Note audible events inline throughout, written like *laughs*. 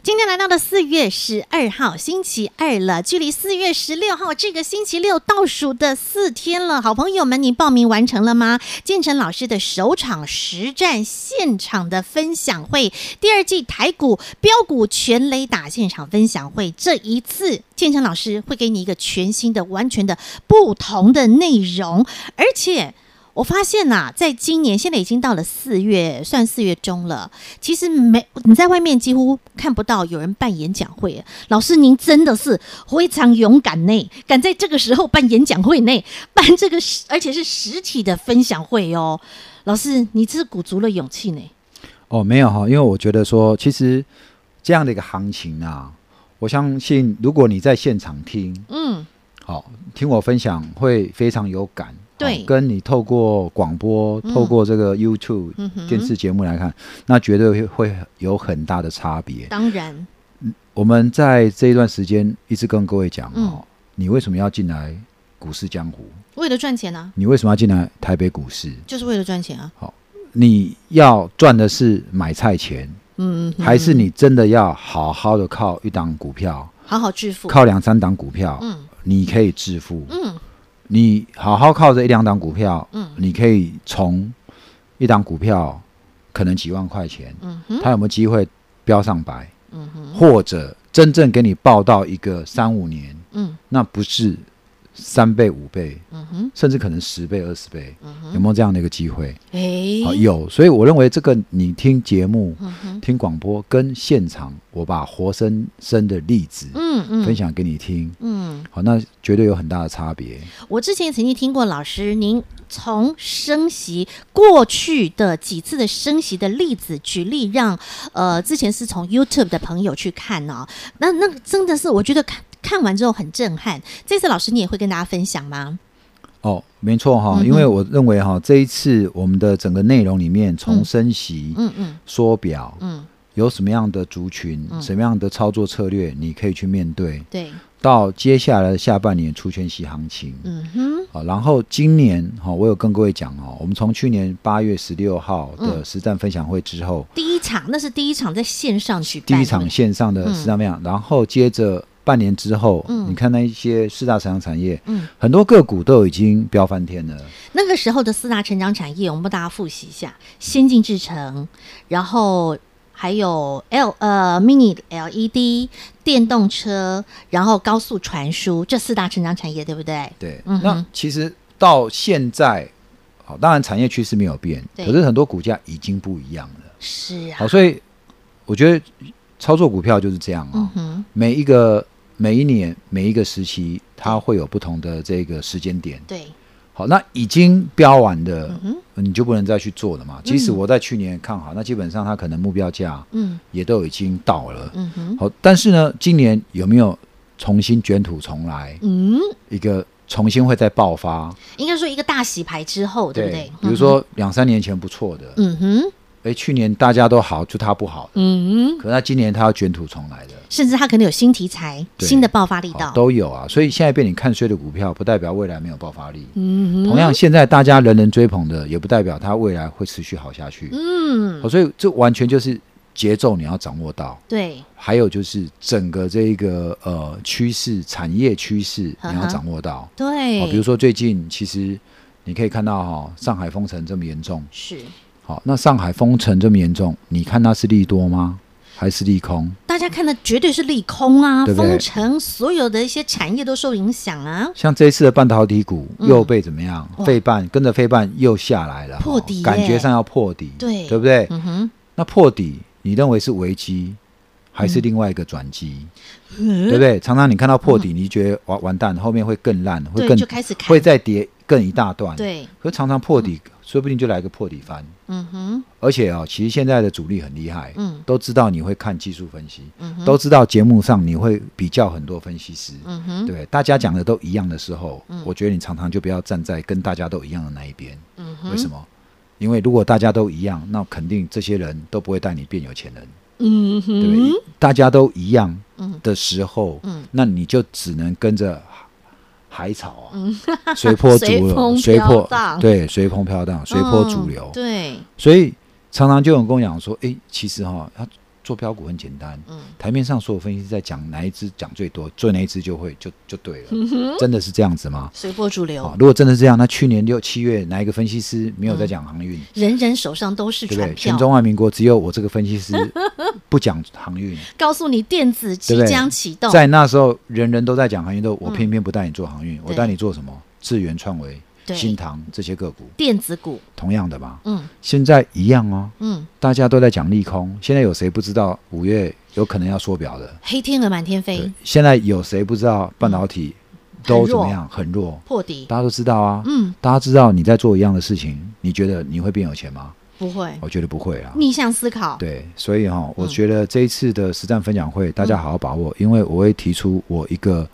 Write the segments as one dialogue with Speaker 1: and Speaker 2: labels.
Speaker 1: 今天来到了四月十二号星期二了，距离四月十六号这个星期六倒数的四天了。好朋友们，你报名完成了吗？建成老师的首场实战现场的分享会，第二季台股标股全雷打现场分享会，这一次建成老师会给你一个全新的、完全的不同的内容，而且。我发现呐、在今年现在已经到了四月，算四月中了。其实没你在外面几乎看不到有人办演讲会。老师，您真的是非常勇敢呢，敢在这个时候办演讲会呢，办这个实而且是实体的分享会哦。老师，你这是鼓足了勇气呢。
Speaker 2: 哦，没有哈，因为我觉得说，其实这样的一个行情啊，我相信如果你在现场听，
Speaker 1: 嗯，
Speaker 2: 好、听我分享会非常有感。
Speaker 1: 对
Speaker 2: 哦跟你透过广播、
Speaker 1: 嗯
Speaker 2: 透过这个 YouTube
Speaker 1: 嗯哼
Speaker 2: 电视节目来看，那绝对会会有很大的差别。
Speaker 1: 当然，
Speaker 2: 我们在这一段时间一直跟各位讲
Speaker 1: 嗯
Speaker 2: 哦，你为什么要进来股市江湖？
Speaker 1: 为了赚钱啊，
Speaker 2: 你为什么要进来台北股市？
Speaker 1: 就是为了赚钱啊。
Speaker 2: 你要赚的是买菜钱，
Speaker 1: 嗯，嗯
Speaker 2: 还是你真的要好好的靠一档股票，
Speaker 1: 好好致富。
Speaker 2: 靠两三档股票，
Speaker 1: 嗯
Speaker 2: 你可以致富。
Speaker 1: 嗯
Speaker 2: 你好好靠着一两档股票，
Speaker 1: 嗯
Speaker 2: 你可以从一档股票可能几万块钱，
Speaker 1: 嗯哼
Speaker 2: 它有没有机会飙上百，
Speaker 1: 嗯哼
Speaker 2: 或者真正给你报到一个三五年，
Speaker 1: 嗯
Speaker 2: 那不是三倍、五倍，
Speaker 1: 嗯哼
Speaker 2: 甚至可能十倍、二十倍，
Speaker 1: 嗯
Speaker 2: 有
Speaker 1: 哼，
Speaker 2: 没有这样的一个机会？好，
Speaker 1: 哎，
Speaker 2: 有，所以我认为这个你听节目、
Speaker 1: 嗯哼
Speaker 2: 听广播跟现场，我把活生生的例子
Speaker 1: 嗯嗯，
Speaker 2: 分享给你听，
Speaker 1: 嗯。
Speaker 2: 好，那绝对有很大的差别。
Speaker 1: 我之前曾经听过老师您从升息过去的几次的升息的例子举例让，呃之前是从 YouTube 的朋友去看哦，那那真的是我觉得看看完之后很震撼。这次老师你也会跟大家分享吗？
Speaker 2: 哦，没错
Speaker 1: 嗯
Speaker 2: 哈、
Speaker 1: 哼
Speaker 2: 因为我认为哈、这一次我们的整个内容里面，从升息、
Speaker 1: 嗯嗯
Speaker 2: 缩表，
Speaker 1: 嗯，
Speaker 2: 有什么样的族群、什么样的操作策略，你可以去面对，
Speaker 1: 对，
Speaker 2: 到接下来的下半年出全息行情。
Speaker 1: 嗯哼，
Speaker 2: 好，然后今年哈、我有跟各位讲哦，我们从去年八月十六号
Speaker 1: 嗯
Speaker 2: 的实战分享会之后，
Speaker 1: 第一场那是第一场在线上举办，
Speaker 2: 第一场线上的实战分享，然后接着半年之后，
Speaker 1: 嗯
Speaker 2: 你看那一些四大市场产业，
Speaker 1: 嗯
Speaker 2: 很多个股都已经飙翻天了。
Speaker 1: 那个时候的四大成长产业，我们帮大家复习一下：先进制程，然后还有 L 呃 Mini LED 电动车，然后高速传输，这四大成长产业，对不对？
Speaker 2: 对，
Speaker 1: 嗯哼
Speaker 2: 那其实到现在，好，当然产业趋势没有变，
Speaker 1: 对
Speaker 2: 可是很多股价已经不一样了。
Speaker 1: 是啊，
Speaker 2: 好，所以我觉得操作股票就是这样
Speaker 1: 嗯
Speaker 2: 啊、
Speaker 1: 哼，
Speaker 2: 每一个每一年每一个时期，它会有不同的这个时间点。
Speaker 1: 对，
Speaker 2: 好，那已经标完的
Speaker 1: 嗯，哼，
Speaker 2: 你就不能再去做了嘛。即使我在去年看好，那基本上它可能目标价
Speaker 1: 嗯
Speaker 2: 也都已经到了。
Speaker 1: 嗯哼，
Speaker 2: 好，但是呢，今年有没有重新卷土重来？
Speaker 1: 嗯，
Speaker 2: 一个重新会再爆发？
Speaker 1: 应该说一个大洗牌之后，对不对？
Speaker 2: 比如说两三年前不错的，
Speaker 1: 嗯哼，嗯哼，
Speaker 2: 哎、去年大家都好，就他不好，
Speaker 1: 嗯哼，
Speaker 2: 可是他今年他要卷土重来的，
Speaker 1: 甚至它可能有新题材、
Speaker 2: 对
Speaker 1: 新的爆发力
Speaker 2: 好
Speaker 1: 道，
Speaker 2: 都有啊。所以现在被你看衰的股票，不代表未来没有爆发力。
Speaker 1: 嗯哼，
Speaker 2: 同样，现在大家人人追捧的，也不代表它未来会持续好下去。哦
Speaker 1: 嗯，
Speaker 2: 好，所以这完全就是节奏你要掌握到，
Speaker 1: 对，
Speaker 2: 还有就是整个这一个呃趋势、产业趋势
Speaker 1: 嗯
Speaker 2: 你
Speaker 1: 哼
Speaker 2: 要掌握到。
Speaker 1: 对，
Speaker 2: 哦，比如说最近其实你可以看到哈、上海封城这么严重，
Speaker 1: 是。
Speaker 2: 好，那上海封城这么严重，你看它是利多吗？还是利空？
Speaker 1: 大家看的绝对是利空啊，
Speaker 2: 对不对
Speaker 1: 封城所有的一些产业都受影响啊，
Speaker 2: 像这一次的半导体股
Speaker 1: 嗯
Speaker 2: 又被怎么样？
Speaker 1: 哇
Speaker 2: 费半跟着费半又下来了，
Speaker 1: 破
Speaker 2: 哦
Speaker 1: 底耶
Speaker 2: 感觉上要破底，
Speaker 1: 对
Speaker 2: 对不对？
Speaker 1: 嗯哼，
Speaker 2: 那破底，你认为是危机，还
Speaker 1: 嗯
Speaker 2: 是另外一个转机？对不
Speaker 1: 对
Speaker 2: 对？常常你看到破底，你觉得完完蛋，后面会更烂，
Speaker 1: 嗯
Speaker 2: 会
Speaker 1: 对，
Speaker 2: 更
Speaker 1: 就开始看
Speaker 2: 会再跌更一大段。，
Speaker 1: 对，
Speaker 2: 可常常破底说不定就来个破底翻。
Speaker 1: 嗯哼，
Speaker 2: 而且哦，其实现在的主力很厉害，
Speaker 1: 嗯
Speaker 2: 都知道你会看技术分析，
Speaker 1: 嗯哼，
Speaker 2: 都知道节目上你会比较很多分析师，
Speaker 1: 嗯哼，
Speaker 2: 对，大家讲的都一样的时候，
Speaker 1: 嗯
Speaker 2: 我觉得你常常就不要站在跟大家都一样的那一边。
Speaker 1: 嗯哼，
Speaker 2: 为什？么？因为如果大家都一样，那肯定这些人都不会带你变有钱人，
Speaker 1: 嗯
Speaker 2: 对不
Speaker 1: 哼，？
Speaker 2: 对大家都一样
Speaker 1: 嗯
Speaker 2: 的时候，
Speaker 1: 嗯
Speaker 2: 那你就只能跟着海草
Speaker 1: *laughs*
Speaker 2: 啊，随波逐
Speaker 1: 嗯随风
Speaker 2: 流，随
Speaker 1: 飘
Speaker 2: 波
Speaker 1: 荡
Speaker 2: 对，随风飘荡，随波逐流
Speaker 1: 嗯。对，
Speaker 2: 所以常常就有人跟我讲说，诶，其实哈、他做标股很简单，
Speaker 1: 嗯
Speaker 2: 台面上所有分析师在讲哪一只讲最多，做哪一只就会就就对了，
Speaker 1: 嗯
Speaker 2: 真的是这样子吗？
Speaker 1: 随波逐
Speaker 2: 啊
Speaker 1: 流，，
Speaker 2: 如果真的是这样，那去年六七月哪一个分析师没有在讲航运，
Speaker 1: 人人手上都是
Speaker 2: 对不对？
Speaker 1: 船
Speaker 2: 全
Speaker 1: 嗯票，
Speaker 2: 中华民国只有我这个分
Speaker 1: *laughs*
Speaker 2: 析师不讲航运，
Speaker 1: 告诉你电子即
Speaker 2: 对不对
Speaker 1: 将启动，
Speaker 2: 在那时候人人都在讲航运，都我
Speaker 1: 嗯
Speaker 2: 偏偏不带你做航运，我
Speaker 1: 对
Speaker 2: 带你做什么？智源、创维、
Speaker 1: 对
Speaker 2: 新唐这些个股，
Speaker 1: 电子股，
Speaker 2: 同样的嘛，
Speaker 1: 嗯
Speaker 2: 现在一样哦。
Speaker 1: 嗯，
Speaker 2: 大家都在讲利空，现在有谁不知道五月有可能要缩表的？
Speaker 1: 黑天鹅满天飞
Speaker 2: 对，，现在有谁不知道半导体都怎么样嗯很弱？
Speaker 1: 破底，
Speaker 2: 大家都知道啊，
Speaker 1: 嗯，
Speaker 2: 大家知道你在做一样的事情，你觉得你会变有钱吗？
Speaker 1: 不会，
Speaker 2: 我觉得不会啊。
Speaker 1: 逆向思考，
Speaker 2: 对，所以哈、我
Speaker 1: 嗯
Speaker 2: 觉得这一次的实战分享会，大家好好把握，因为我会提出我一个，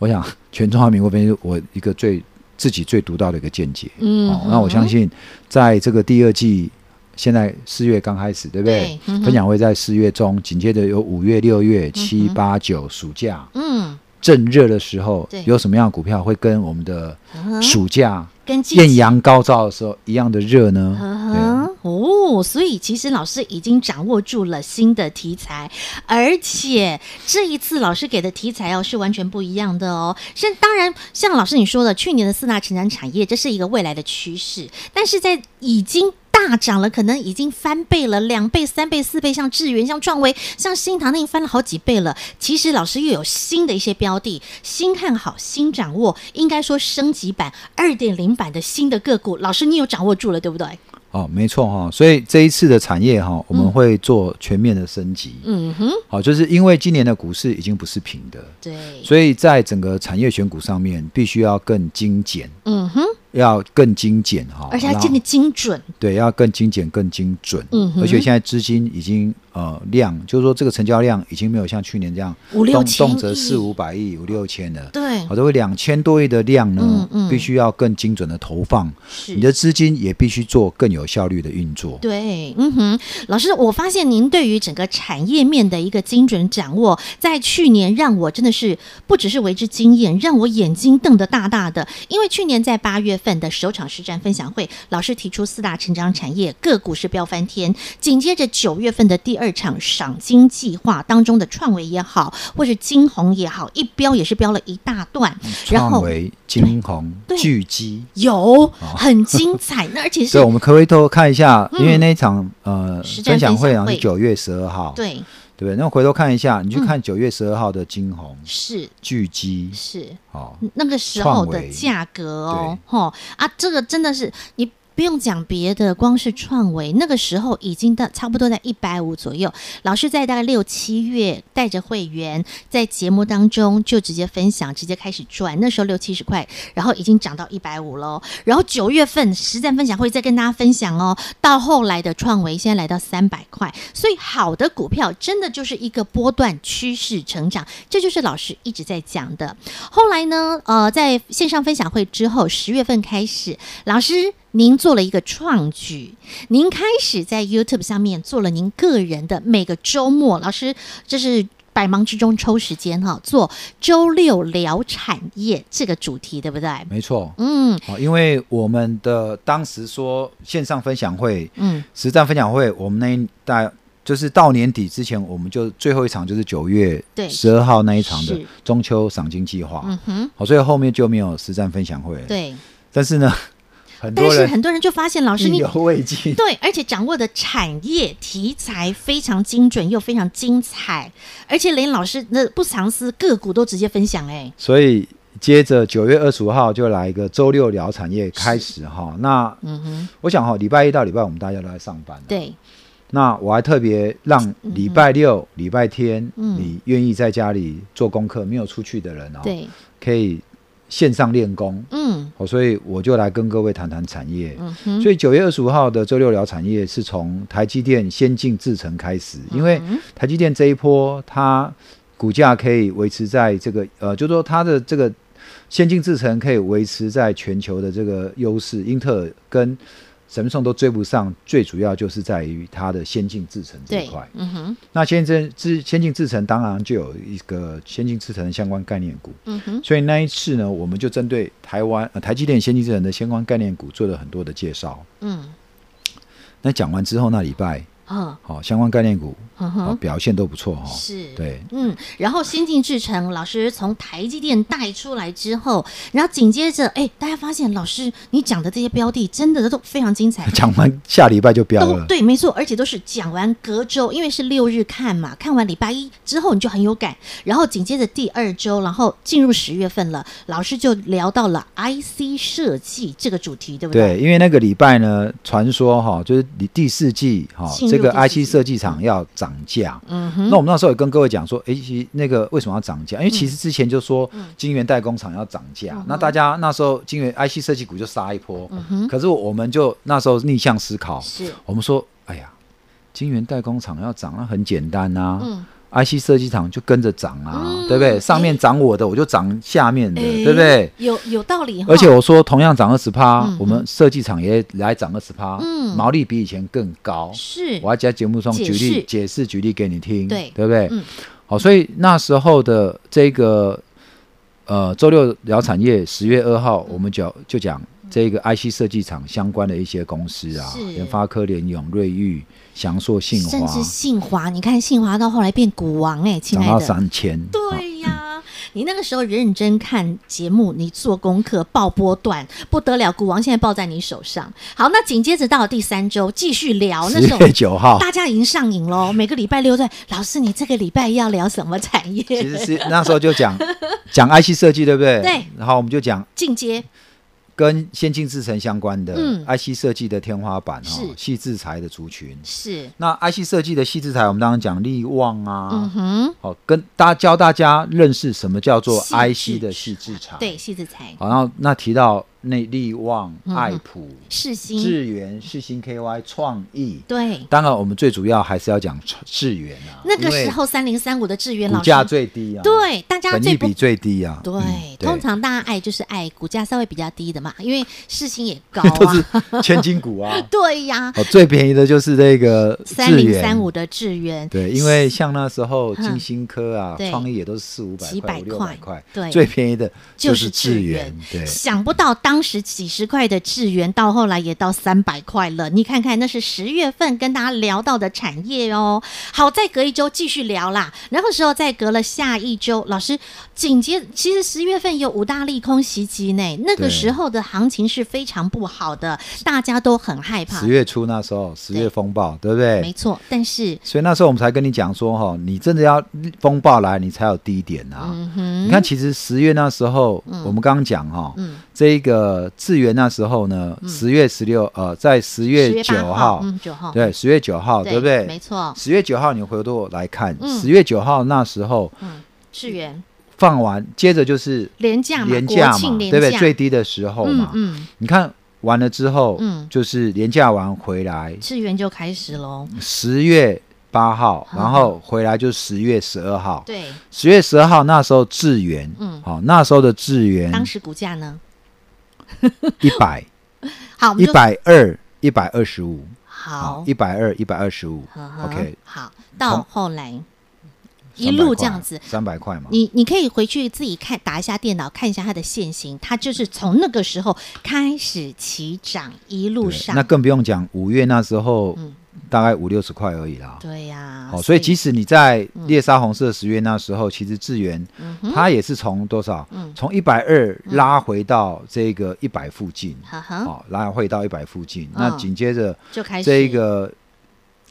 Speaker 2: 我想 *laughs* 全中华民国分析我一个最自己最独到的一个见解。
Speaker 1: 嗯
Speaker 2: 哦，那我相信，在这个第二季，现在四月刚开始，对不对
Speaker 1: 对？嗯哼
Speaker 2: 分享会在四月中，紧接着有五月、六月、七、八、九暑假
Speaker 1: 嗯，
Speaker 2: 正热的时候
Speaker 1: 对，
Speaker 2: 有什么样的股票会跟我们的
Speaker 1: 嗯哼
Speaker 2: 暑假
Speaker 1: 跟季
Speaker 2: 艳
Speaker 1: 节
Speaker 2: 阳高照的时候一样的热呢？
Speaker 1: 啊，哦，所以其实老师已经掌握住了新的题材，而且这一次老师给的题材哦是完全不一样的哦。是当然，像老师你说的，去年的四大成长产业，这是一个未来的趋势，但是在已经。大涨了，可能已经翻倍了，两倍、三倍、四倍，像智源、像创维、像新唐那已经翻了好几倍了。其实老师又有新的一些标的，新看好、新掌握，应该说升级版、二点零版的新的个股，老师你有掌握住了，对不对？
Speaker 2: 对，哦，没错哈、所以这一次的产业哈、我们会做全面的升级。
Speaker 1: 嗯哼，
Speaker 2: 好、就是因为今年的股市已经不是平的，
Speaker 1: 对，
Speaker 2: 所以在整个产业选股上面，必须要更精简，
Speaker 1: 嗯哼，
Speaker 2: 要更精简哈、
Speaker 1: 而且还
Speaker 2: 然后
Speaker 1: 见得精准，
Speaker 2: 对，要更精简、更精准。
Speaker 1: 嗯哼
Speaker 2: 而且现在资金已经呃量，就是说这个成交量已经没有像去年这样
Speaker 1: 五六
Speaker 2: 动
Speaker 1: 千
Speaker 2: 动辄
Speaker 1: 亿
Speaker 2: 四五百亿、五六千了。
Speaker 1: 对，
Speaker 2: 好，这位两千多亿的量呢，
Speaker 1: 嗯嗯
Speaker 2: 必须要更精准的投放，
Speaker 1: 是
Speaker 2: 你的资金也必须做更有效率的运作。
Speaker 1: 对，嗯哼，老师，我发现您对于整个产业面的一个精准掌握，在去年让我真的是不只是为之惊艳，让我眼睛瞪得大大的。因为去年在八月份的首场实战分享会，老师提出四大成长产业个股是飙翻天，紧接着九月份的第二场赏金计划当中的创维也好，或是金鸿也好，一飙也是飙了一大段，然
Speaker 2: 嗯创
Speaker 1: 后。
Speaker 2: 维、金鸿
Speaker 1: 对、
Speaker 2: 巨基，
Speaker 1: 有，
Speaker 2: 哦
Speaker 1: 很精彩。
Speaker 2: *laughs*
Speaker 1: 那而且是
Speaker 2: 对，我们可不可以偷偷看一下？因为那一场呃
Speaker 1: 实战
Speaker 2: 分享会
Speaker 1: 分享
Speaker 2: 啊
Speaker 1: 会
Speaker 2: 是九月十二号，
Speaker 1: 对，嗯
Speaker 2: 对不对？那回头看一下，你去看九月十二号的金鸿、
Speaker 1: 是
Speaker 2: 巨基，
Speaker 1: 是
Speaker 2: 哦，
Speaker 1: 那个时候
Speaker 2: 创
Speaker 1: 的
Speaker 2: 维
Speaker 1: 价格哦，吼啊，这个真的是你。不用讲别的，光是创维那个时候已经到差不多在一百五左右。老师在大概六七月带着会员在节目当中就直接分享，直接开始赚。那时候六七十块，然后已经涨到一百五喽。然后九月份实战分享会再跟大家分享哦。到后来的创维现在来到三百块，所以好的股票真的就是一个波段趋势成长，这就是老师一直在讲的。后来呢，呃，在线上分享会之后，十月份开始，老师您做了一个创举，您开始在 YouTube 上面做了您个人的每个周末，老师这是。百忙之中抽时间哈、做周六聊产业这个主题，对不对？
Speaker 2: 没错。
Speaker 1: 嗯
Speaker 2: 哦，因为我们的当时说线上分享会、
Speaker 1: 嗯，
Speaker 2: 实战分享会，我们那一大就是到年底之前，我们就最后一场就是九月
Speaker 1: 对
Speaker 2: 十二号那一场的
Speaker 1: 是
Speaker 2: 中秋赏金计划。哦
Speaker 1: 嗯哼，
Speaker 2: 好，所以后面就没有实战分享会了。，
Speaker 1: 对。
Speaker 2: 但是呢，很
Speaker 1: 但
Speaker 2: 多
Speaker 1: 是
Speaker 2: 人
Speaker 1: 很多人就发现，老师
Speaker 2: 意
Speaker 1: 哦你
Speaker 2: 犹
Speaker 1: *laughs*
Speaker 2: 未尽。
Speaker 1: 对，而且掌握的产业题材非常精准又非常精彩，而且连老师那不藏私个股都直接分享哎、
Speaker 2: 所以接着九月二十五号就来一个周六聊产业开始哈。那
Speaker 1: 嗯哼，
Speaker 2: 我想哈，礼拜一到礼拜五我们大家都在上班。。啊
Speaker 1: 对，
Speaker 2: 那我还特别让礼拜六、礼拜天，
Speaker 1: 嗯
Speaker 2: 你愿意在家里做功课、没有出去的人哦，
Speaker 1: 对，
Speaker 2: 可以线上练功，
Speaker 1: 嗯
Speaker 2: 哦，所以我就来跟各位谈谈产业。
Speaker 1: 嗯哼，
Speaker 2: 所以九月二十五号的周六聊产业是从台积电先进制程开始，
Speaker 1: 嗯
Speaker 2: 因为台积电这一波它股价可以维持在这个呃，就说它的这个先进制程可以维持在全球的这个优势，英特尔跟 Samsung 都追不上，最主要就是在于它的先进制程这一
Speaker 1: 对
Speaker 2: 块，。
Speaker 1: 嗯哼，
Speaker 2: 那先进制先进制程当然就有一个先进制程的相关概念股，
Speaker 1: 嗯哼，
Speaker 2: 所以那一次呢，我们就针对台湾、呃、台积电先进制程的相关概念股做了很多的介绍。
Speaker 1: 嗯，
Speaker 2: 那讲完之后，那礼拜
Speaker 1: 哦，
Speaker 2: 好、相关概念股、
Speaker 1: 嗯
Speaker 2: 哦、
Speaker 1: 哼，
Speaker 2: 表现都不错哈、哦。
Speaker 1: 是，。
Speaker 2: 对，，
Speaker 1: 嗯，然后先进制程老师从台积电带出来之后，然后紧接着，哎，大家发现老师你讲的这些标的真的都非常精彩
Speaker 2: 讲完下礼拜就飙
Speaker 1: 都
Speaker 2: 了。
Speaker 1: 哦对，没错，而且都是讲完隔周，因为是六日看嘛，看完礼拜一之后你就很有感，然后紧接着第二周，然后进入十月份了，老师就聊到了 IC 设计这个主题，对不对？
Speaker 2: 对，因为那个礼拜呢，传说哈、就是你第四季哈、
Speaker 1: 进入
Speaker 2: 这个
Speaker 1: 第四季
Speaker 2: IC 设计厂要涨价。
Speaker 1: 嗯哼，
Speaker 2: 那我们那时候也跟各位讲说，诶，其实那个为什么要涨价？因为其实之前就说
Speaker 1: 嗯
Speaker 2: 晶圆代工厂要涨价，那大家那时候晶圆 IC 设计股就杀一波，
Speaker 1: 嗯
Speaker 2: 可是我们就那时候逆向思考，
Speaker 1: 是，
Speaker 2: 我们说，哎呀，晶圆代工厂要涨，那很简单啊。
Speaker 1: 嗯
Speaker 2: IC 设计厂就跟着涨啊，
Speaker 1: 嗯哎
Speaker 2: 对不对？上面涨我的，我就涨下面的，
Speaker 1: 诶
Speaker 2: 对不对？？
Speaker 1: 有有道理哈，
Speaker 2: 而且我说同样涨二十趴
Speaker 1: 嗯，
Speaker 2: 我们设计厂也来涨二十趴，
Speaker 1: 嗯
Speaker 2: 毛利比以前更高。
Speaker 1: 是
Speaker 2: 我，还在节目中
Speaker 1: 解
Speaker 2: 举例
Speaker 1: 释
Speaker 2: 解释举例给你听，
Speaker 1: 对
Speaker 2: 对不对？
Speaker 1: 嗯
Speaker 2: 好，所以那时候的这个呃周六聊产业，十月二号
Speaker 1: 嗯
Speaker 2: 我们就就讲这个 IC 设计厂相关的一些公司啊
Speaker 1: 是，
Speaker 2: 联发科、联永、瑞昱、翔硕、信
Speaker 1: 甚
Speaker 2: 华
Speaker 1: 至信华，你看信华到后来变股王哎、亲
Speaker 2: 涨
Speaker 1: 爱
Speaker 2: 到
Speaker 1: 的。
Speaker 2: 三千，啊
Speaker 1: 对呀，你那个时候认真看节目，你做功课报波段不得了，股王现在抱在你手上。好，那紧接着到了第三周继续聊，那
Speaker 2: 啊十
Speaker 1: 时候
Speaker 2: 月九号。
Speaker 1: 大家已经上瘾喽，每个礼拜六在老师，你这个礼拜要聊什么产业？
Speaker 2: 其实是那时候就
Speaker 1: *laughs*
Speaker 2: 讲讲 IC 设计，对不对？
Speaker 1: 对。
Speaker 2: 然后我们就讲
Speaker 1: 进阶
Speaker 2: 跟先进制程相关的
Speaker 1: 嗯
Speaker 2: IC 设计的天花板
Speaker 1: 是
Speaker 2: 哦，细制材的族群。
Speaker 1: 是，
Speaker 2: 那 IC 设计的细制材，我们刚刚讲力旺啊，
Speaker 1: 嗯哼，
Speaker 2: 好、跟大家教大家认识什么叫做
Speaker 1: 细致
Speaker 2: IC 的细制材。
Speaker 1: 对，细子才
Speaker 2: 好，然后那提到内力旺、
Speaker 1: 嗯
Speaker 2: 爱普、
Speaker 1: 世新，
Speaker 2: 智源、世新 KY、创意。
Speaker 1: 对，
Speaker 2: 当然，我们最主要还是要讲智源啊，
Speaker 1: 那个
Speaker 2: 因为
Speaker 1: 时候三零三五的志源
Speaker 2: 股
Speaker 1: 老
Speaker 2: 价
Speaker 1: 师，
Speaker 2: 最低啊，，
Speaker 1: 对大家
Speaker 2: 本
Speaker 1: 最
Speaker 2: 益
Speaker 1: 不
Speaker 2: 比最低啊，
Speaker 1: 对，
Speaker 2: 嗯
Speaker 1: 通
Speaker 2: *laughs*
Speaker 1: 常大家爱就是爱股价稍微比较低的嘛，因为市情也高
Speaker 2: *laughs* 都
Speaker 1: 啊。
Speaker 2: 是千金股啊。
Speaker 1: 对呀，
Speaker 2: 哦，最便宜的就是这个
Speaker 1: 三
Speaker 2: 智
Speaker 1: 零
Speaker 2: 源，
Speaker 1: 三五的智源，
Speaker 2: 对，因为像那时候
Speaker 1: 嗯
Speaker 2: 金星科啊
Speaker 1: *laughs* 对、
Speaker 2: 创意也都是四五百
Speaker 1: 几
Speaker 2: 块、
Speaker 1: 百
Speaker 2: 五六百
Speaker 1: 块
Speaker 2: 块，
Speaker 1: 对
Speaker 2: 最便宜的
Speaker 1: 就是
Speaker 2: 智
Speaker 1: 智
Speaker 2: 源
Speaker 1: 源，。
Speaker 2: 对，
Speaker 1: 想不到当时几十块的智源，到后来也到三百块了。你看看，那是十月份跟大家聊到的产业哦。好，再隔一周继续聊啦。然后时候再隔了下一周，老师紧接其实十月份有五大利空袭击呢，那个
Speaker 2: 对
Speaker 1: 时候的行情是非常不好的，大家都很害怕
Speaker 2: 十。月初那时候，十月风暴，对不对
Speaker 1: 没？错，但是
Speaker 2: 所以那时候我们才跟你讲说，哈，你真的要风暴来，你才有低点啊。
Speaker 1: 嗯哼，
Speaker 2: 你看，其实十月那时候，我们刚刚讲哈，
Speaker 1: 嗯
Speaker 2: 这个智源那时候呢，十月十六，呃，在十
Speaker 1: 10
Speaker 2: 月
Speaker 1: 8
Speaker 2: 九号，
Speaker 1: 嗯，九号，
Speaker 2: 对，十月九号，对不
Speaker 1: 没
Speaker 2: 对？
Speaker 1: 错，
Speaker 2: 十月九号，你回头来看，
Speaker 1: 嗯
Speaker 2: 十月九号那时候
Speaker 1: 嗯，智源
Speaker 2: 放完，接着就是
Speaker 1: 廉价嘛，
Speaker 2: 廉
Speaker 1: 国
Speaker 2: 价嘛，
Speaker 1: 庆
Speaker 2: 对
Speaker 1: 廉价，
Speaker 2: 不对？最低的时候
Speaker 1: 嗯
Speaker 2: 嘛，
Speaker 1: 嗯，
Speaker 2: 你看完了之后，
Speaker 1: 嗯
Speaker 2: 就是廉价完回来，
Speaker 1: 智源就开始喽，
Speaker 2: 十月八号，
Speaker 1: 嗯
Speaker 2: 然后回来就十月十二号。
Speaker 1: 对，
Speaker 2: 十月十二号那时候智源，
Speaker 1: 嗯
Speaker 2: 好、那时候的智源
Speaker 1: 当时股价呢，
Speaker 2: 一百、
Speaker 1: *laughs* 好，我们
Speaker 2: 一
Speaker 1: 就
Speaker 2: 百二、一百二十五，
Speaker 1: 好
Speaker 2: 一百二、一百二十五
Speaker 1: 呵呵
Speaker 2: ，OK，
Speaker 1: 好，到后来一路这样子。
Speaker 2: 三百块嘛。
Speaker 1: 你你可以回去自己看，打一下电脑看一下它的现形，它就是从那个时候开始起涨，一路
Speaker 2: 对
Speaker 1: 上。
Speaker 2: 那更不用讲，五月那时候、
Speaker 1: 嗯
Speaker 2: 大概五六十块而已啦。
Speaker 1: 对啊呀、
Speaker 2: 哦，所以即使你在猎杀红色十月那时候，其实智源
Speaker 1: 嗯
Speaker 2: 它也是从多少？从一百二拉回到这个一百附近，哦
Speaker 1: 呵呵，
Speaker 2: 好，拉回到一百附近。
Speaker 1: 嗯
Speaker 2: 那紧接着
Speaker 1: 就开始
Speaker 2: 这个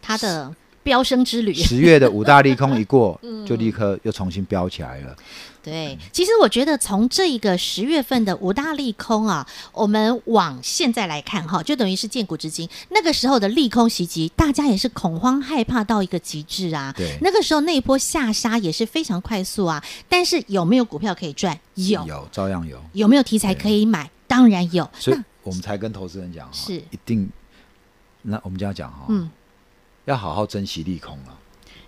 Speaker 1: 它的飙升之旅。
Speaker 2: 十月的五大利空
Speaker 1: *laughs*
Speaker 2: 一过，
Speaker 1: 嗯
Speaker 2: 就立刻又重新飙起来了。嗯
Speaker 1: 对，其实我觉得从这一个十月份的五大利空啊，我们往现在来看哈，就等于是见古至今，那个时候的利空袭击，大家也是恐慌害怕到一个极致啊。
Speaker 2: 对
Speaker 1: 那个时候那一波下杀也是非常快速啊，但是有没有股票可以赚？有。
Speaker 2: 有，照样有。
Speaker 1: 有没有题材可以买？当然有。
Speaker 2: 所以
Speaker 1: 那
Speaker 2: 我们才跟投资人讲，哈，哦
Speaker 1: 是
Speaker 2: 一定。那我们这样讲哈，哦
Speaker 1: 嗯，
Speaker 2: 要好好珍惜利空啊，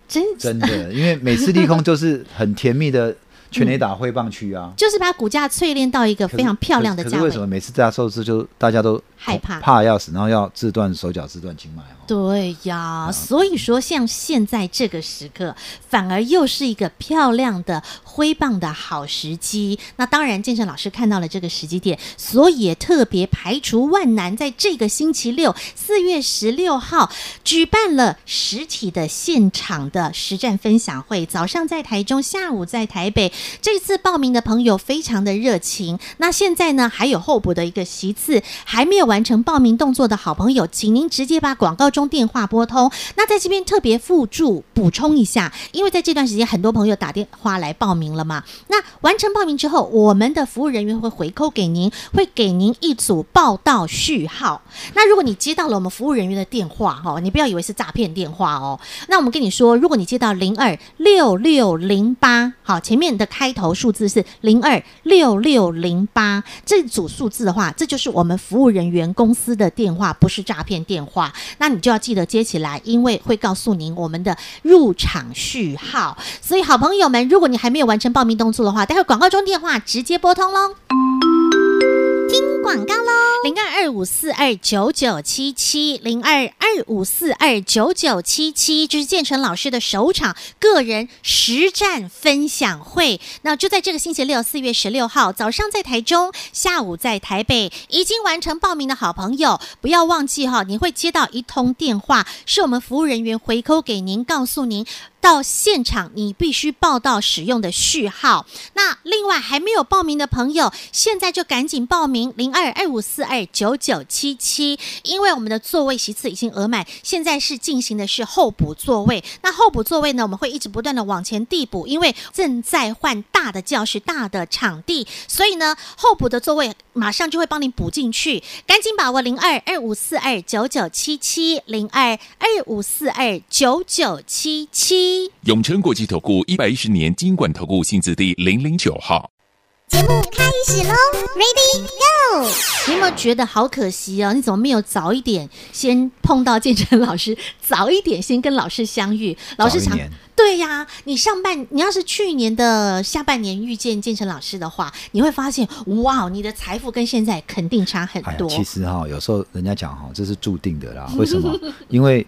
Speaker 1: 真
Speaker 2: 真的，因为每次利空就是很甜蜜的全垒打挥棒区啊，
Speaker 1: 就是把股价淬炼到一个
Speaker 2: 可是
Speaker 1: 非常漂亮的
Speaker 2: 可
Speaker 1: 价
Speaker 2: 是为什
Speaker 1: 位。
Speaker 2: 么每次大家受资就大家都
Speaker 1: 害怕
Speaker 2: 怕得要死，然后要自断手脚、自断经脉哦？
Speaker 1: 对呀，所以说像现在这个时刻，反而又是一个漂亮的挥棒的好时机。那当然，建成老师看到了这个时机点，所以也特别排除万难，在这个星期六，四月十六号举办了实体的现场的实战分享会，早上在台中，下午在台北。这次报名的朋友非常的热情，那现在呢还有候补的一个席次，还没有完成报名动作的好朋友，请您直接把广告中电话拨通。那在这边特别附注补充一下，因为在这段时间很多朋友打电话来报名了嘛，那完成报名之后，我们的服务人员会回扣给您，会给您一组报到序号。那如果你接到了我们服务人员的电话哦，你不要以为是诈骗电话哦。那我们跟你说，如果你接到零二六六零八，好，前面的开头数字是零二六六零八这组数字的话，这就是我们服务人员公司的电话，不是诈骗电话。那你就要记得接起来，因为会告诉您我们的入场序号。所以，好朋友们，如果你还没有完成报名动作的话，待会广告中电话直接拨通喽。听广告喽，零二二五四二九九七七，零二二五四二九九七七，这是建成老师的首场个人实战分享会。那就在这个星期六，四月十六号早上在台中，下午在台北。已经完成报名的好朋友，不要忘记哈、你会接到一通电话，是我们服务人员回扣给您，告诉您。到现场，你必须报到使用的序号。那另外还没有报名的朋友，现在就赶紧报名零二二五四二九九七七，因为我们的座位席次已经额满，现在是进行的是候补座位。那候补座位呢，我们会一直不断的往前递补，因为正在换大的教室、大的场地，所以呢，候补的座位马上就会帮你补进去，赶紧把握零二二五四二九九七七零二二五四二九九七七。
Speaker 3: 永诚国际投顾一百一十年金管投顾新字第零零九号，
Speaker 4: 节目开始喽，Ready Go！
Speaker 1: 你有没有觉得好可惜哦？你怎么没有早一点先碰到建成老师，早一点先跟老师相
Speaker 2: *laughs*
Speaker 1: 遇？老师
Speaker 2: 早一
Speaker 1: 常
Speaker 2: 年
Speaker 1: 对呀、你上半你要是去年的下半年遇见建成老师的话，你会发现哇，你的财富跟现在肯定差很
Speaker 2: 哎呀
Speaker 1: 多。，
Speaker 2: 其实哈、有时候人家讲哈、这是注定
Speaker 1: *laughs*
Speaker 2: 的啦。为什么？因为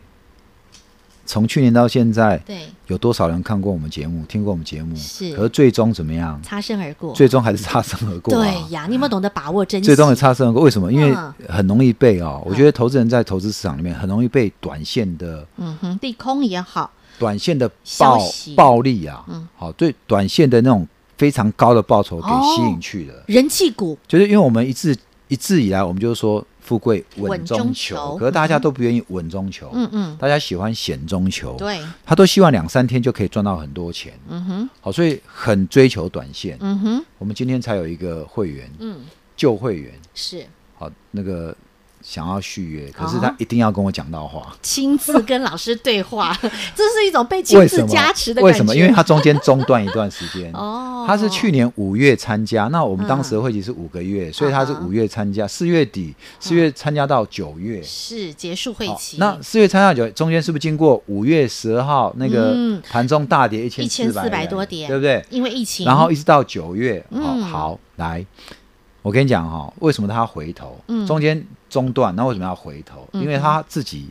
Speaker 2: 从去年到现在，
Speaker 1: 对，
Speaker 2: 有多少人看过我们节目、听过我们节目？
Speaker 1: 是
Speaker 2: 可是最终怎么样？
Speaker 1: 擦身而过。
Speaker 2: 最终还是擦身而过、啊。
Speaker 1: 对呀，你有没有懂得把握珍惜？
Speaker 2: 最终的擦身而过，为什么？因为
Speaker 1: 嗯
Speaker 2: 很容易被哦，我觉得投资人在投资市场里面很容易被短线的、
Speaker 1: 嗯哼，地空也好，
Speaker 2: 短线的
Speaker 1: 消
Speaker 2: 暴
Speaker 1: 息
Speaker 2: 暴利啊
Speaker 1: 嗯，
Speaker 2: 好、对短线的那种非常高的报酬给
Speaker 1: 哦
Speaker 2: 吸引去了。
Speaker 1: 人气股
Speaker 2: 就是因为我们一直一直以来，我们就是说富贵稳
Speaker 1: 稳中
Speaker 2: 中
Speaker 1: 求
Speaker 2: 求，可是大家都不愿意稳中求，
Speaker 1: 嗯嗯
Speaker 2: 大家喜欢险中求，
Speaker 1: 对，
Speaker 2: 他都希望两三天就可以赚到很多钱，
Speaker 1: 嗯哼，
Speaker 2: 好，所以很追求短线。
Speaker 1: 嗯哼，
Speaker 2: 我们今天才有一个会员，
Speaker 1: 嗯，
Speaker 2: 旧会员，
Speaker 1: 是
Speaker 2: 好，那个想要续约，可是
Speaker 1: 哦
Speaker 2: 他一定要跟我讲到话，
Speaker 1: 亲
Speaker 2: *laughs*
Speaker 1: 自跟老师对话，这是一种被亲
Speaker 2: 为
Speaker 1: 自
Speaker 2: 什
Speaker 1: 加持的
Speaker 2: 么？
Speaker 1: 感觉。。
Speaker 2: 为什么？因为他中间中断一段时间
Speaker 1: *laughs* 哦，嗯
Speaker 2: 他是去年五月参加，那我们当时的会期是五个月，所以他是
Speaker 1: 啊哈
Speaker 2: 五月参加，四月底，四
Speaker 1: 嗯
Speaker 2: 月参加到九月，
Speaker 1: 是结束会
Speaker 2: 好
Speaker 1: 期，
Speaker 2: 哦那四月参加九中间是不是经过五月十二号那
Speaker 1: 嗯
Speaker 2: 个盘中大跌一千
Speaker 1: 1400多点
Speaker 2: 对不对？
Speaker 1: 因为疫情，
Speaker 2: 然后一直到九月，哦
Speaker 1: 嗯，
Speaker 2: 好，来，我跟你讲哈、为什么他要回头？
Speaker 1: 嗯
Speaker 2: 中间中断，那为什么要回头？因为他自己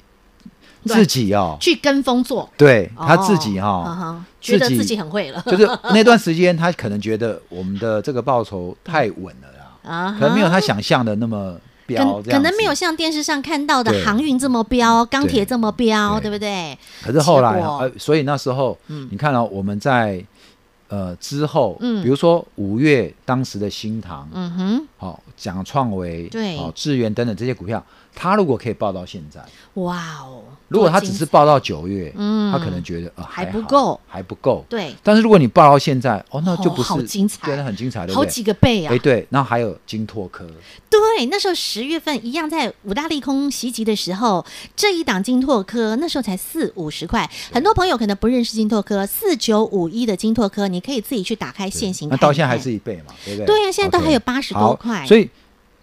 Speaker 1: 对
Speaker 2: 自己哦，
Speaker 1: 去跟风做，
Speaker 2: 对
Speaker 1: 哦
Speaker 2: 他自己
Speaker 1: 嗯
Speaker 2: 哈、
Speaker 1: 哼觉得
Speaker 2: 自己
Speaker 1: 自己很会 *laughs*
Speaker 2: *laughs*
Speaker 1: 了，
Speaker 2: 就是那段时间他可能觉得我们的这个报酬太稳了啦，
Speaker 1: 啊哈，
Speaker 2: 可能没有他想象的那么
Speaker 1: 可
Speaker 2: 标，
Speaker 1: 可
Speaker 2: 这样
Speaker 1: 能没有
Speaker 2: 子。
Speaker 1: 像电视上看到的
Speaker 2: 对
Speaker 1: 航运这么飙，钢铁
Speaker 2: 对
Speaker 1: 这么飙，对
Speaker 2: 对
Speaker 1: 不对？
Speaker 2: 可是后来
Speaker 1: 结
Speaker 2: 啊
Speaker 1: 果，
Speaker 2: 呃，所以那时候，你看到、我们在呃之后，
Speaker 1: 嗯
Speaker 2: 比如说五月当时的新塘，
Speaker 1: 嗯哼，
Speaker 2: 好、讲创维，
Speaker 1: 对
Speaker 2: 好、智源等等这些股票，它如果可以报到现在，
Speaker 1: 哇哦！
Speaker 2: 如果
Speaker 1: 多
Speaker 2: 它只
Speaker 1: 精
Speaker 2: 是
Speaker 1: 彩
Speaker 2: 报到九月，
Speaker 1: 嗯
Speaker 2: 它可能觉得啊、呃
Speaker 1: 还
Speaker 2: 还
Speaker 1: 不
Speaker 2: 好
Speaker 1: 够
Speaker 2: 还不够。
Speaker 1: 对
Speaker 2: 但是如果你报到现在，哦，那就不
Speaker 1: 哦
Speaker 2: 是、
Speaker 1: 好精彩
Speaker 2: 对，那很精彩，对不
Speaker 1: 好
Speaker 2: 对？
Speaker 1: 几个倍啊
Speaker 2: 哎，！对，然后还有金拓科，
Speaker 1: 对，那时候十月份一样在五大利空袭击的时候，这一档金拓科那时候才四五十块，很多朋友可能不认识金拓科，四九五一的金拓科，你可以自己去打开现行
Speaker 2: 那
Speaker 1: 看
Speaker 2: 到
Speaker 1: 一
Speaker 2: 现在还
Speaker 1: 看
Speaker 2: 是一倍嘛，对不对？
Speaker 1: 对啊现在都还有
Speaker 2: OK，
Speaker 1: 80多
Speaker 2: 好
Speaker 1: 块嗯
Speaker 2: 所以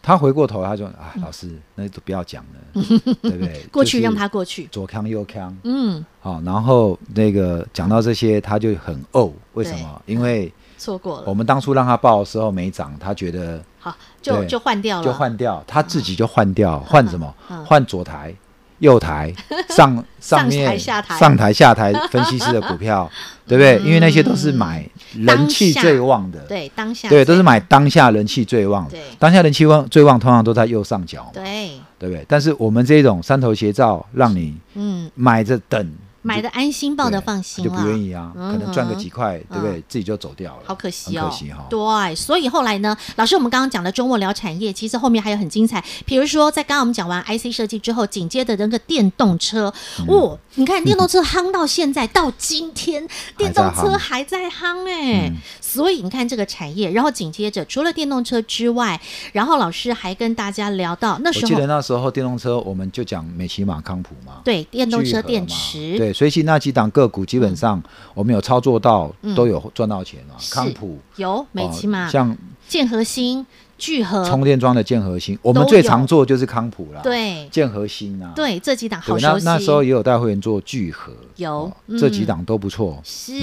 Speaker 2: 他回过头，他说：“啊，老师，那都不要讲
Speaker 1: *laughs*
Speaker 2: 了，对不对？
Speaker 1: 过
Speaker 2: 就
Speaker 1: 去
Speaker 2: 是
Speaker 1: 让它过去，
Speaker 2: 左康右康，
Speaker 1: 嗯，
Speaker 2: 好、然后那个讲到这些，他就很怄，为什么？因为
Speaker 1: 错过
Speaker 2: 我
Speaker 1: 了，
Speaker 2: 们当初让他报的时候没涨，他觉得
Speaker 1: 好就
Speaker 2: 对
Speaker 1: 就换掉了，
Speaker 2: 就换掉，他自己就换掉，换什么
Speaker 1: 嗯？
Speaker 2: 换左台、右
Speaker 1: *laughs*
Speaker 2: 台、上上面
Speaker 1: 台下台嗯
Speaker 2: 上台下台分析师的股票，对
Speaker 1: *laughs*
Speaker 2: 不对？因为那些都是买人气
Speaker 1: 当下
Speaker 2: 最旺的，
Speaker 1: 对当下
Speaker 2: 对，都是
Speaker 1: 最
Speaker 2: 买当下人气最旺的
Speaker 1: 对。
Speaker 2: 当下人气旺最旺，通常都在右上角嘛，
Speaker 1: 对，
Speaker 2: 对不对？但是我们这种三头斜照，让你
Speaker 1: 嗯，
Speaker 2: 买着等，
Speaker 1: 买的安心，抱的
Speaker 2: 对
Speaker 1: 放心
Speaker 2: 就
Speaker 1: 了，
Speaker 2: 不愿意啊，
Speaker 1: 嗯
Speaker 2: 可能赚个
Speaker 1: 哼
Speaker 2: 几块，对不对？自己就走掉了，
Speaker 1: 好可惜哦，
Speaker 2: 很可惜哈。
Speaker 1: 对，所以后来呢，老师，我们刚刚讲的周末聊产业，其实后面还有很精彩，比如说在刚刚我们讲完 IC 设计之后，紧接着那个电动车，
Speaker 2: 嗯
Speaker 1: 哦，你看电动车夯到现在到今天，电动车还在夯哎、
Speaker 2: 嗯
Speaker 1: 所以你看这个产业，然后紧接着除了电动车之外，然后老师还跟大家聊到那
Speaker 2: 我
Speaker 1: 时
Speaker 2: 记得
Speaker 1: 候
Speaker 2: 那时候电动车，我们就讲美骑马康普嘛，
Speaker 1: 对电动
Speaker 2: 聚合
Speaker 1: 车
Speaker 2: 嘛
Speaker 1: 电池，嗯
Speaker 2: 对，所以其实那几档个股基本上我们有操作到，都有赚到钱嘛。啊
Speaker 1: 是
Speaker 2: 康普、
Speaker 1: 有美骑
Speaker 2: 哦
Speaker 1: 马、
Speaker 2: 像
Speaker 1: 建核心、聚合
Speaker 2: 充，电桩的建核心，我
Speaker 1: 都
Speaker 2: 们
Speaker 1: 有
Speaker 2: 最常做就是康普啦，，
Speaker 1: 对
Speaker 2: 建核心啊，
Speaker 1: 对，这几档好
Speaker 2: 对，
Speaker 1: 熟
Speaker 2: 那
Speaker 1: 悉。
Speaker 2: 那时候也有带会员做聚合，
Speaker 1: 有
Speaker 2: 哦
Speaker 1: 嗯
Speaker 2: 这几档都不错。
Speaker 1: 是，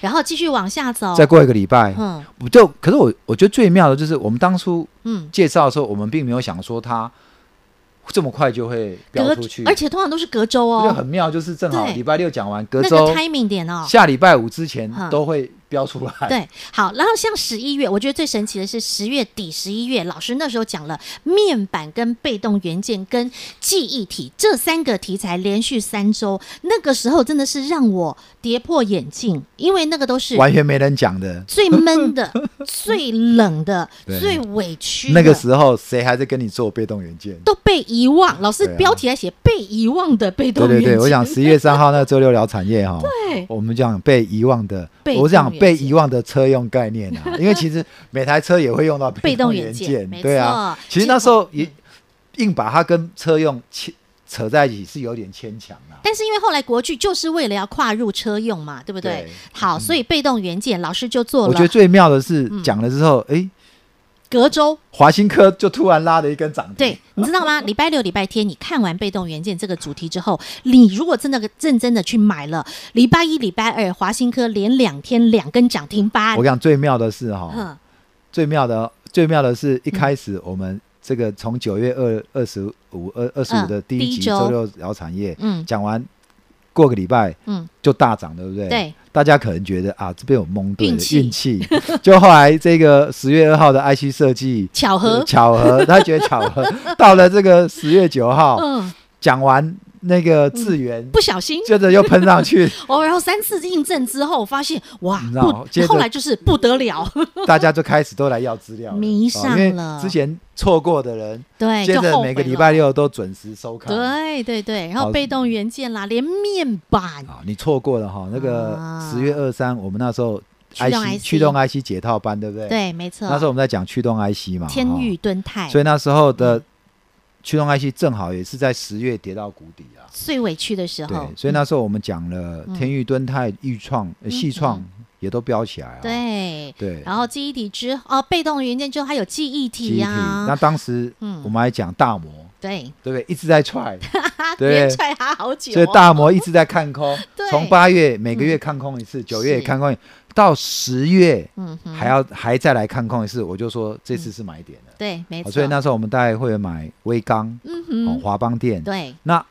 Speaker 1: 然后继续往下走，
Speaker 2: 再过一个礼拜，
Speaker 1: 哦嗯
Speaker 2: 我就可是我我觉得最妙的就是我们当初
Speaker 1: 嗯，
Speaker 2: 介绍的时候，我们并没有想说它这么快就会飙
Speaker 1: 隔
Speaker 2: 出去，
Speaker 1: 而且通常都是隔周
Speaker 2: 我觉得
Speaker 1: 哦
Speaker 2: 很，妙，就是正好
Speaker 1: 对
Speaker 2: 礼拜六讲完，隔
Speaker 1: 那
Speaker 2: 周
Speaker 1: 个 timing 点哦。
Speaker 2: 下礼拜五之前
Speaker 1: 嗯
Speaker 2: 都会标出来。
Speaker 1: 对，好，然后像十一月，我觉得最神奇的是十月底、十一月，老师那时候讲了面板、跟被动元件、跟记忆体这三个题材连续三周，那个时候真的是让我跌破眼镜，因为那个都是
Speaker 2: *laughs* 完全没人讲的。
Speaker 1: 最闷的、最冷的、
Speaker 2: *laughs* 对
Speaker 1: 最委屈的，
Speaker 2: 那个时候谁还在跟你做被动元件？
Speaker 1: 都被遗忘。老师
Speaker 2: 对啊
Speaker 1: 标题还写被遗忘的被
Speaker 2: 对
Speaker 1: 动元
Speaker 2: 对
Speaker 1: 件，
Speaker 2: 对，我想十一月三号那个周六聊产业哈，
Speaker 1: 对
Speaker 2: 我们讲被遗忘的
Speaker 1: 被，动
Speaker 2: 我讲
Speaker 1: 元
Speaker 2: 被
Speaker 1: 件
Speaker 2: 遗忘的车用概念
Speaker 1: *laughs*
Speaker 2: 啊，因为其实每台车也会用到
Speaker 1: 被动元
Speaker 2: 元
Speaker 1: 件没
Speaker 2: 对啊
Speaker 1: 错。嗯
Speaker 2: 其实那时候也硬把它跟车用牵扯在一起是有点牵强啊。
Speaker 1: 但是因为后来国巨就是为了要跨入车用嘛，对不对？
Speaker 2: 对嗯
Speaker 1: 好，所以被动元件老师就做
Speaker 2: 我觉得
Speaker 1: 了嗯
Speaker 2: 最妙的是讲了之后，哎，
Speaker 1: 隔周。
Speaker 2: 华新科就突然拉了一根涨停。
Speaker 1: 嗯对，你知道
Speaker 2: *laughs*
Speaker 1: 吗？礼拜六、礼拜天，你看完被动元件这个主题之后，你如果真的认真的去买了，礼拜一、礼拜二，华新科连两天两根涨停板
Speaker 2: 我跟你，讲最妙的是哈、
Speaker 1: 嗯，
Speaker 2: 最妙的最妙的是一开始我们这个从九月二二十五二二十五
Speaker 1: 嗯
Speaker 2: 的第
Speaker 1: 第
Speaker 2: 一
Speaker 1: 一
Speaker 2: 集
Speaker 1: 周
Speaker 2: 周六聊产业，
Speaker 1: 嗯
Speaker 2: 讲完过个礼拜，
Speaker 1: 嗯，
Speaker 2: 就大涨，对不对？
Speaker 1: 对，
Speaker 2: 大家可能觉得啊，这边有蒙对了
Speaker 1: 运气
Speaker 2: 运气， *laughs* 就后来这个十月二号的 IC 设计。
Speaker 1: 巧合，
Speaker 2: 巧合，他觉得巧
Speaker 1: *laughs*
Speaker 2: 合。到了这个十月九号，
Speaker 1: 嗯，
Speaker 2: 讲完那个智源，
Speaker 1: 不小心
Speaker 2: 接着又喷上去，
Speaker 1: 哦，然后三次印证之后，发现哇
Speaker 2: 你，知道接
Speaker 1: 不，
Speaker 2: 着
Speaker 1: 后来就是不得
Speaker 2: *laughs*
Speaker 1: 了，
Speaker 2: 大家就开始都来要资料了，
Speaker 1: 迷上
Speaker 2: 哦因
Speaker 1: 了
Speaker 2: 为之前错过的人，
Speaker 1: 对，
Speaker 2: 接
Speaker 1: 就
Speaker 2: 着
Speaker 1: 后
Speaker 2: 每个
Speaker 1: 悔
Speaker 2: 礼
Speaker 1: 了
Speaker 2: 拜六都准时收看。
Speaker 1: 对对对，然后
Speaker 2: 好
Speaker 1: 被动元件啦，连面板
Speaker 2: 啊，你错过了哈，那个
Speaker 1: 啊
Speaker 2: 十月二三，我们那时候
Speaker 1: 驱动 IC
Speaker 2: 驱动 IC 解套班，对不对？。
Speaker 1: 对，没错。
Speaker 2: 那时候我们在讲驱动 IC 嘛，
Speaker 1: 天宇
Speaker 2: 域，
Speaker 1: 敦泰，
Speaker 2: 所以那时候
Speaker 1: 嗯
Speaker 2: 的驱动 IC 正好也是在十月跌到谷底啊。
Speaker 1: 最委屈的时
Speaker 2: 对
Speaker 1: 候，，嗯
Speaker 2: 所以那时候我们讲了天域、敦泰、豫创、呃细创也都飙起来啊。
Speaker 1: 对
Speaker 2: 对，
Speaker 1: 然后记忆体之哦，被动元件之后还有记忆体
Speaker 2: 集体。
Speaker 1: 呀、
Speaker 2: 那当时
Speaker 1: 嗯
Speaker 2: 我们还讲大摩，
Speaker 1: 对，
Speaker 2: 对不对？一直
Speaker 1: *laughs*
Speaker 2: 在踹，
Speaker 1: 他
Speaker 2: 对
Speaker 1: 连踹他好久、哦，
Speaker 2: 所以大摩一直在看空
Speaker 1: *laughs* 对，嗯
Speaker 2: 从八月每个月看空一次，九月也
Speaker 1: 是
Speaker 2: 看空一次，到十月
Speaker 1: 嗯哼，
Speaker 2: 还要还再来看空一次，我就说这次是买点了。
Speaker 1: 对，没
Speaker 2: 好
Speaker 1: 错，
Speaker 2: 哦所以那时候我们带会员买微钢、
Speaker 1: 嗯
Speaker 2: 哦
Speaker 1: 哼，
Speaker 2: 华邦店。
Speaker 1: 对，
Speaker 2: 那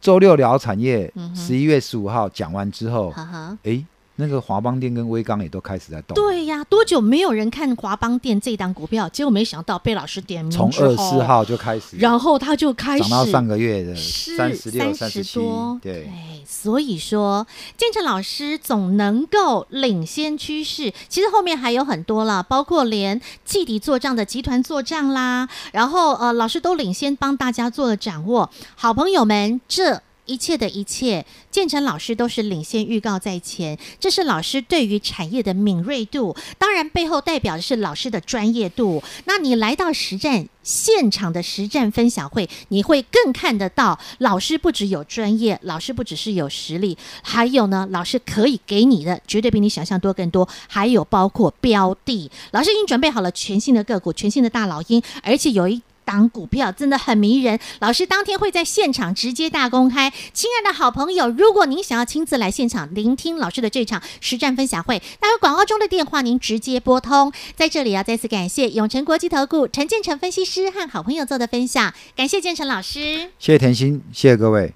Speaker 2: 周六聊产业
Speaker 1: 嗯，哼
Speaker 2: 十一月十五号讲完之后，
Speaker 1: 哈哈，
Speaker 2: 诶，那个华邦电跟威刚也都开始在动。
Speaker 1: 对呀，多久没有人看华邦店这档股票？结果没想到被老师点名
Speaker 2: 从
Speaker 1: 之
Speaker 2: 二
Speaker 1: 后
Speaker 2: 十四，号就开始，
Speaker 1: 然后他就开始
Speaker 2: 涨到上个月的
Speaker 1: 是
Speaker 2: 三十六、三
Speaker 1: 30
Speaker 2: 十七
Speaker 1: 多，，
Speaker 2: 对。
Speaker 1: 哎所以说建成老师总能够领先趋势，其实后面还有很多啦，包括连季底做账的集团做账啦，然后呃老师都领先帮大家做了掌握，好朋友们这。一切的一切，建成老师都是领先预告在前，这是老师对于产业的敏锐度，当然背后代表的是老师的专业度。那你来到实战现场的实战分享会，你会更看得到老师不只有专业，老师不只是有实力，还有呢，老师可以给你的绝对比你想象多更多，还有包括标的。老师已经准备好了全新的个股，全新的大老鹰，而且有一。档股票真的很迷人，老师当天会在现场直接大公开。亲爱的好朋友，如果您想要亲自来现场聆听老师的这场实战分享会，那有广告中的电话您直接拨通。在这里要再次感谢永诚国际投顾陈建成分析师和好朋友做的分享，感谢建成老师。
Speaker 2: 谢谢甜心，谢谢各位。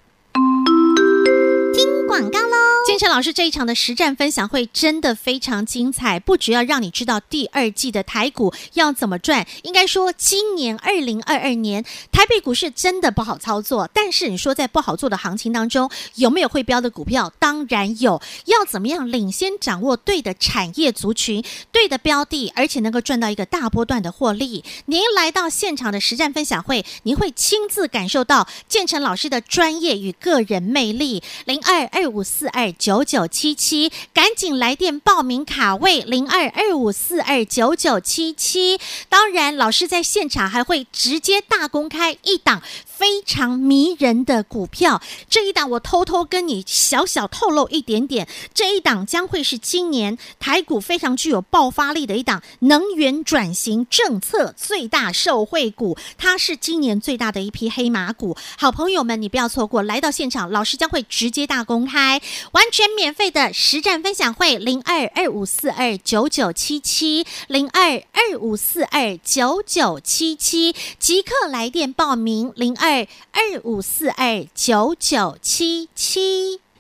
Speaker 4: 广告喽。
Speaker 1: 建成老师这一场的实战分享会真的非常精彩，不只要让你知道第二季的台股要怎么赚，应该说今年二零二二年台北股市真的不好操作，但是你说在不好做的行情当中，有没有会标的股票？当然有，要怎么样领先掌握对的产业族群、对的标的，而且能够赚到一个大波段的获利。您来到现场的实战分享会，您会亲自感受到建成老师的专业与个人魅力。零二二五四二九九七七，赶紧来电报名卡位零二二五四二九九七七。当然，老师在现场还会直接大公开一档非常迷人的股票，这一档我偷偷跟你小小透露一点点，这一档将会是今年台股非常具有爆发力的一档能源转型政策最大受惠股，它是今年最大的一批黑马股。好朋友们，你不要错过，来到现场，老师将会直接大公开，完全免费的实战分享会，零二二五四二九九七七，零二二五四二九九七七，即刻来电报名，零二二五四二九九七七。